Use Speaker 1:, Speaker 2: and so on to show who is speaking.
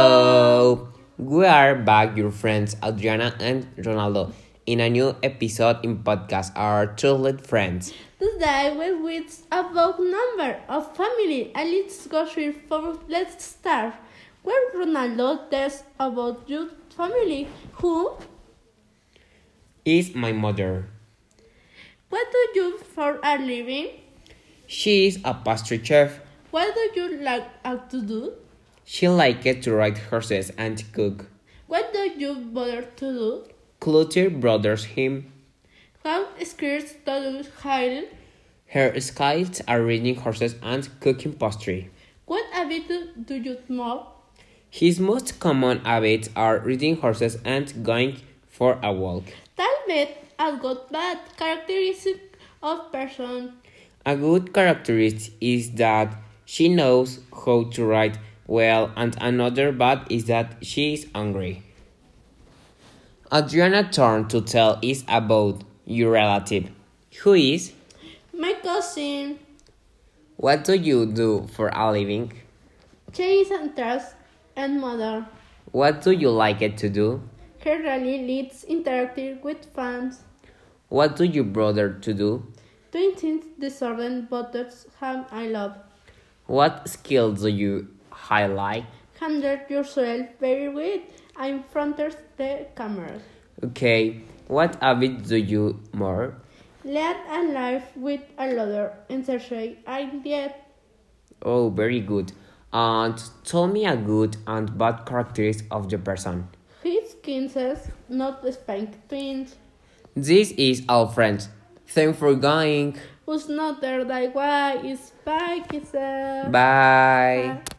Speaker 1: Hello. We are back, your friends Adriana and Ronaldo, in a new episode in podcast Our Truly Friends.
Speaker 2: Today we read about number of family and let's go through for let's start. Where Ronaldo tells about your family, who,
Speaker 1: Is my mother.
Speaker 2: what do you for a living,
Speaker 1: She is a pastry chef.
Speaker 2: what do you like uh, to do,
Speaker 1: She likes to ride horses and cook.
Speaker 2: what do you bother to do,
Speaker 1: Clutter bothers him.
Speaker 2: how skills do you hire,
Speaker 1: Her skills are riding horses and cooking pastry.
Speaker 2: what habit do you know,
Speaker 1: His most common habits are riding horses and going for a walk.
Speaker 2: tell me about bad characteristic of person.
Speaker 1: A good characteristic is that she knows how to write well, and another bad is that she is angry. Adriana turn to tell is about your relative. Who is?
Speaker 2: My cousin,
Speaker 1: What do you do for a living?
Speaker 2: she is an trust and mother.
Speaker 1: What do you like it to do?
Speaker 2: Her rally leads interactive with fans.
Speaker 1: What do you brother to do?
Speaker 2: Doing things disordered butters ham I love.
Speaker 1: What skill do you highlight?
Speaker 2: Handle yourself very well. I'm fronted the camera.
Speaker 1: Okay, what habit do you more?
Speaker 2: Lead a life with a loader and survey idea.
Speaker 1: Oh, very good. And tell me a good and bad characteristic of the person.
Speaker 2: His kinses, not spank twins.
Speaker 1: This is all, friends. Thanks for going.
Speaker 2: Who's not there that why is spike is a
Speaker 1: Bye.